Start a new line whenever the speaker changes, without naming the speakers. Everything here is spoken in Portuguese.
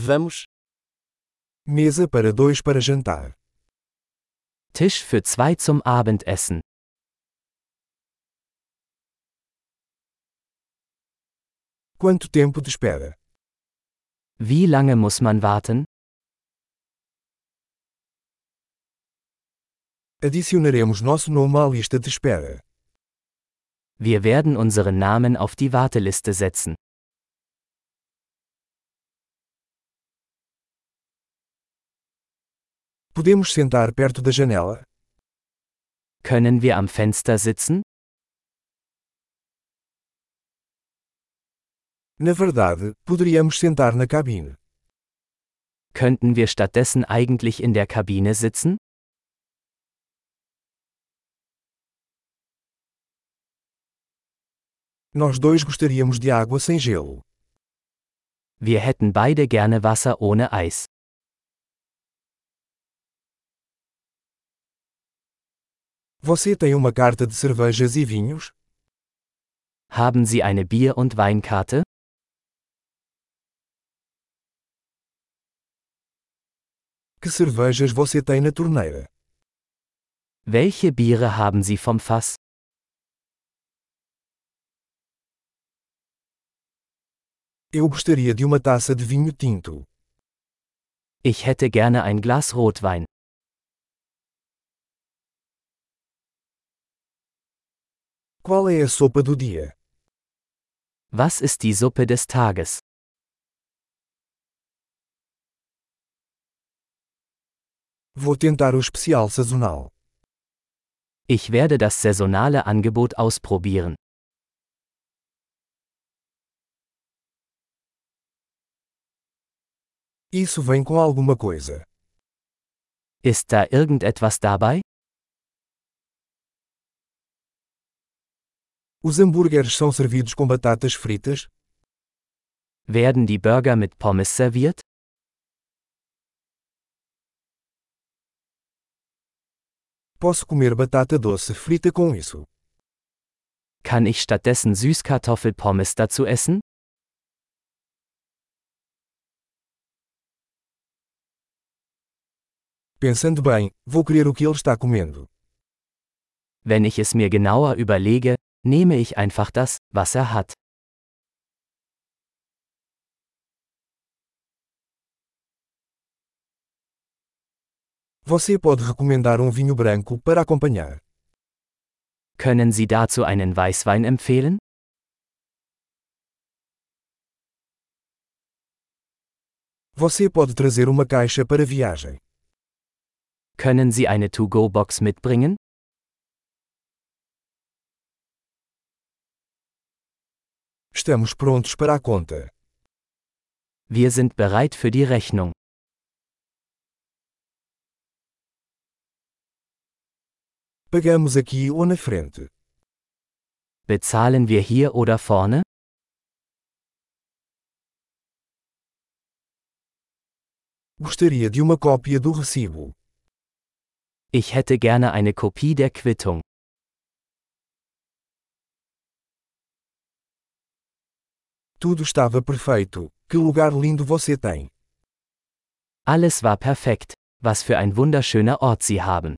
Vamos.
Mesa para dois para jantar.
Tisch für zwei zum Abendessen.
Quanto tempo de espera?
Wie lange muss man warten?
Adicionaremos nosso nome à lista de espera.
Wir werden unseren Namen auf die Warteliste setzen.
Podemos sentar perto da janela?
Können wir am Fenster sitzen?
Na verdade, poderíamos sentar na cabine.
Könnten wir stattdessen eigentlich in der Kabine sitzen?
Nós dois gostaríamos de água sem gelo.
Wir hätten beide gerne Wasser ohne Eis.
Você tem uma carta de cervejas e vinhos?
Haben Sie eine Bier- und Weinkarte?
Que cervejas você tem na torneira?
Welche Biere haben Sie vom Fass?
Eu gostaria de uma taça de vinho tinto.
Ich hätte gerne ein Glas Rotwein.
Qual é a sopa do dia?
Was ist die Suppe des Tages?
Vou tentar o especial sazonal.
Ich werde das saisonale Angebot ausprobieren.
Isso vem com alguma coisa.
Ist da irgendetwas dabei?
Os hambúrgueres são servidos com batatas fritas?
Werden die Burger mit Pommes serviert?
Posso comer batata doce frita com isso.
Kann ich stattdessen Süßkartoffelpommes dazu essen?
Pensando bem, vou querer o que ele está comendo.
Wenn ich es mir genauer überlege, nehme ich einfach das, was er hat.
Você pode recomendar um vinho branco para acompanhar.
Können Sie dazu einen Weißwein empfehlen?
Você pode trazer uma caixa para viagem.
Können Sie eine To-Go-Box mitbringen?
Estamos prontos para a conta.
Wir sind bereit für die Rechnung.
Pagamos aqui ou na frente.
Bezahlen wir hier oder vorne?
Gostaria de uma cópia do recibo.
Ich hätte gerne eine Kopie der Quittung.
Tudo estava perfeito. Que lugar lindo você tem!
Alles war perfekt. Was für ein wunderschöner Ort Sie haben.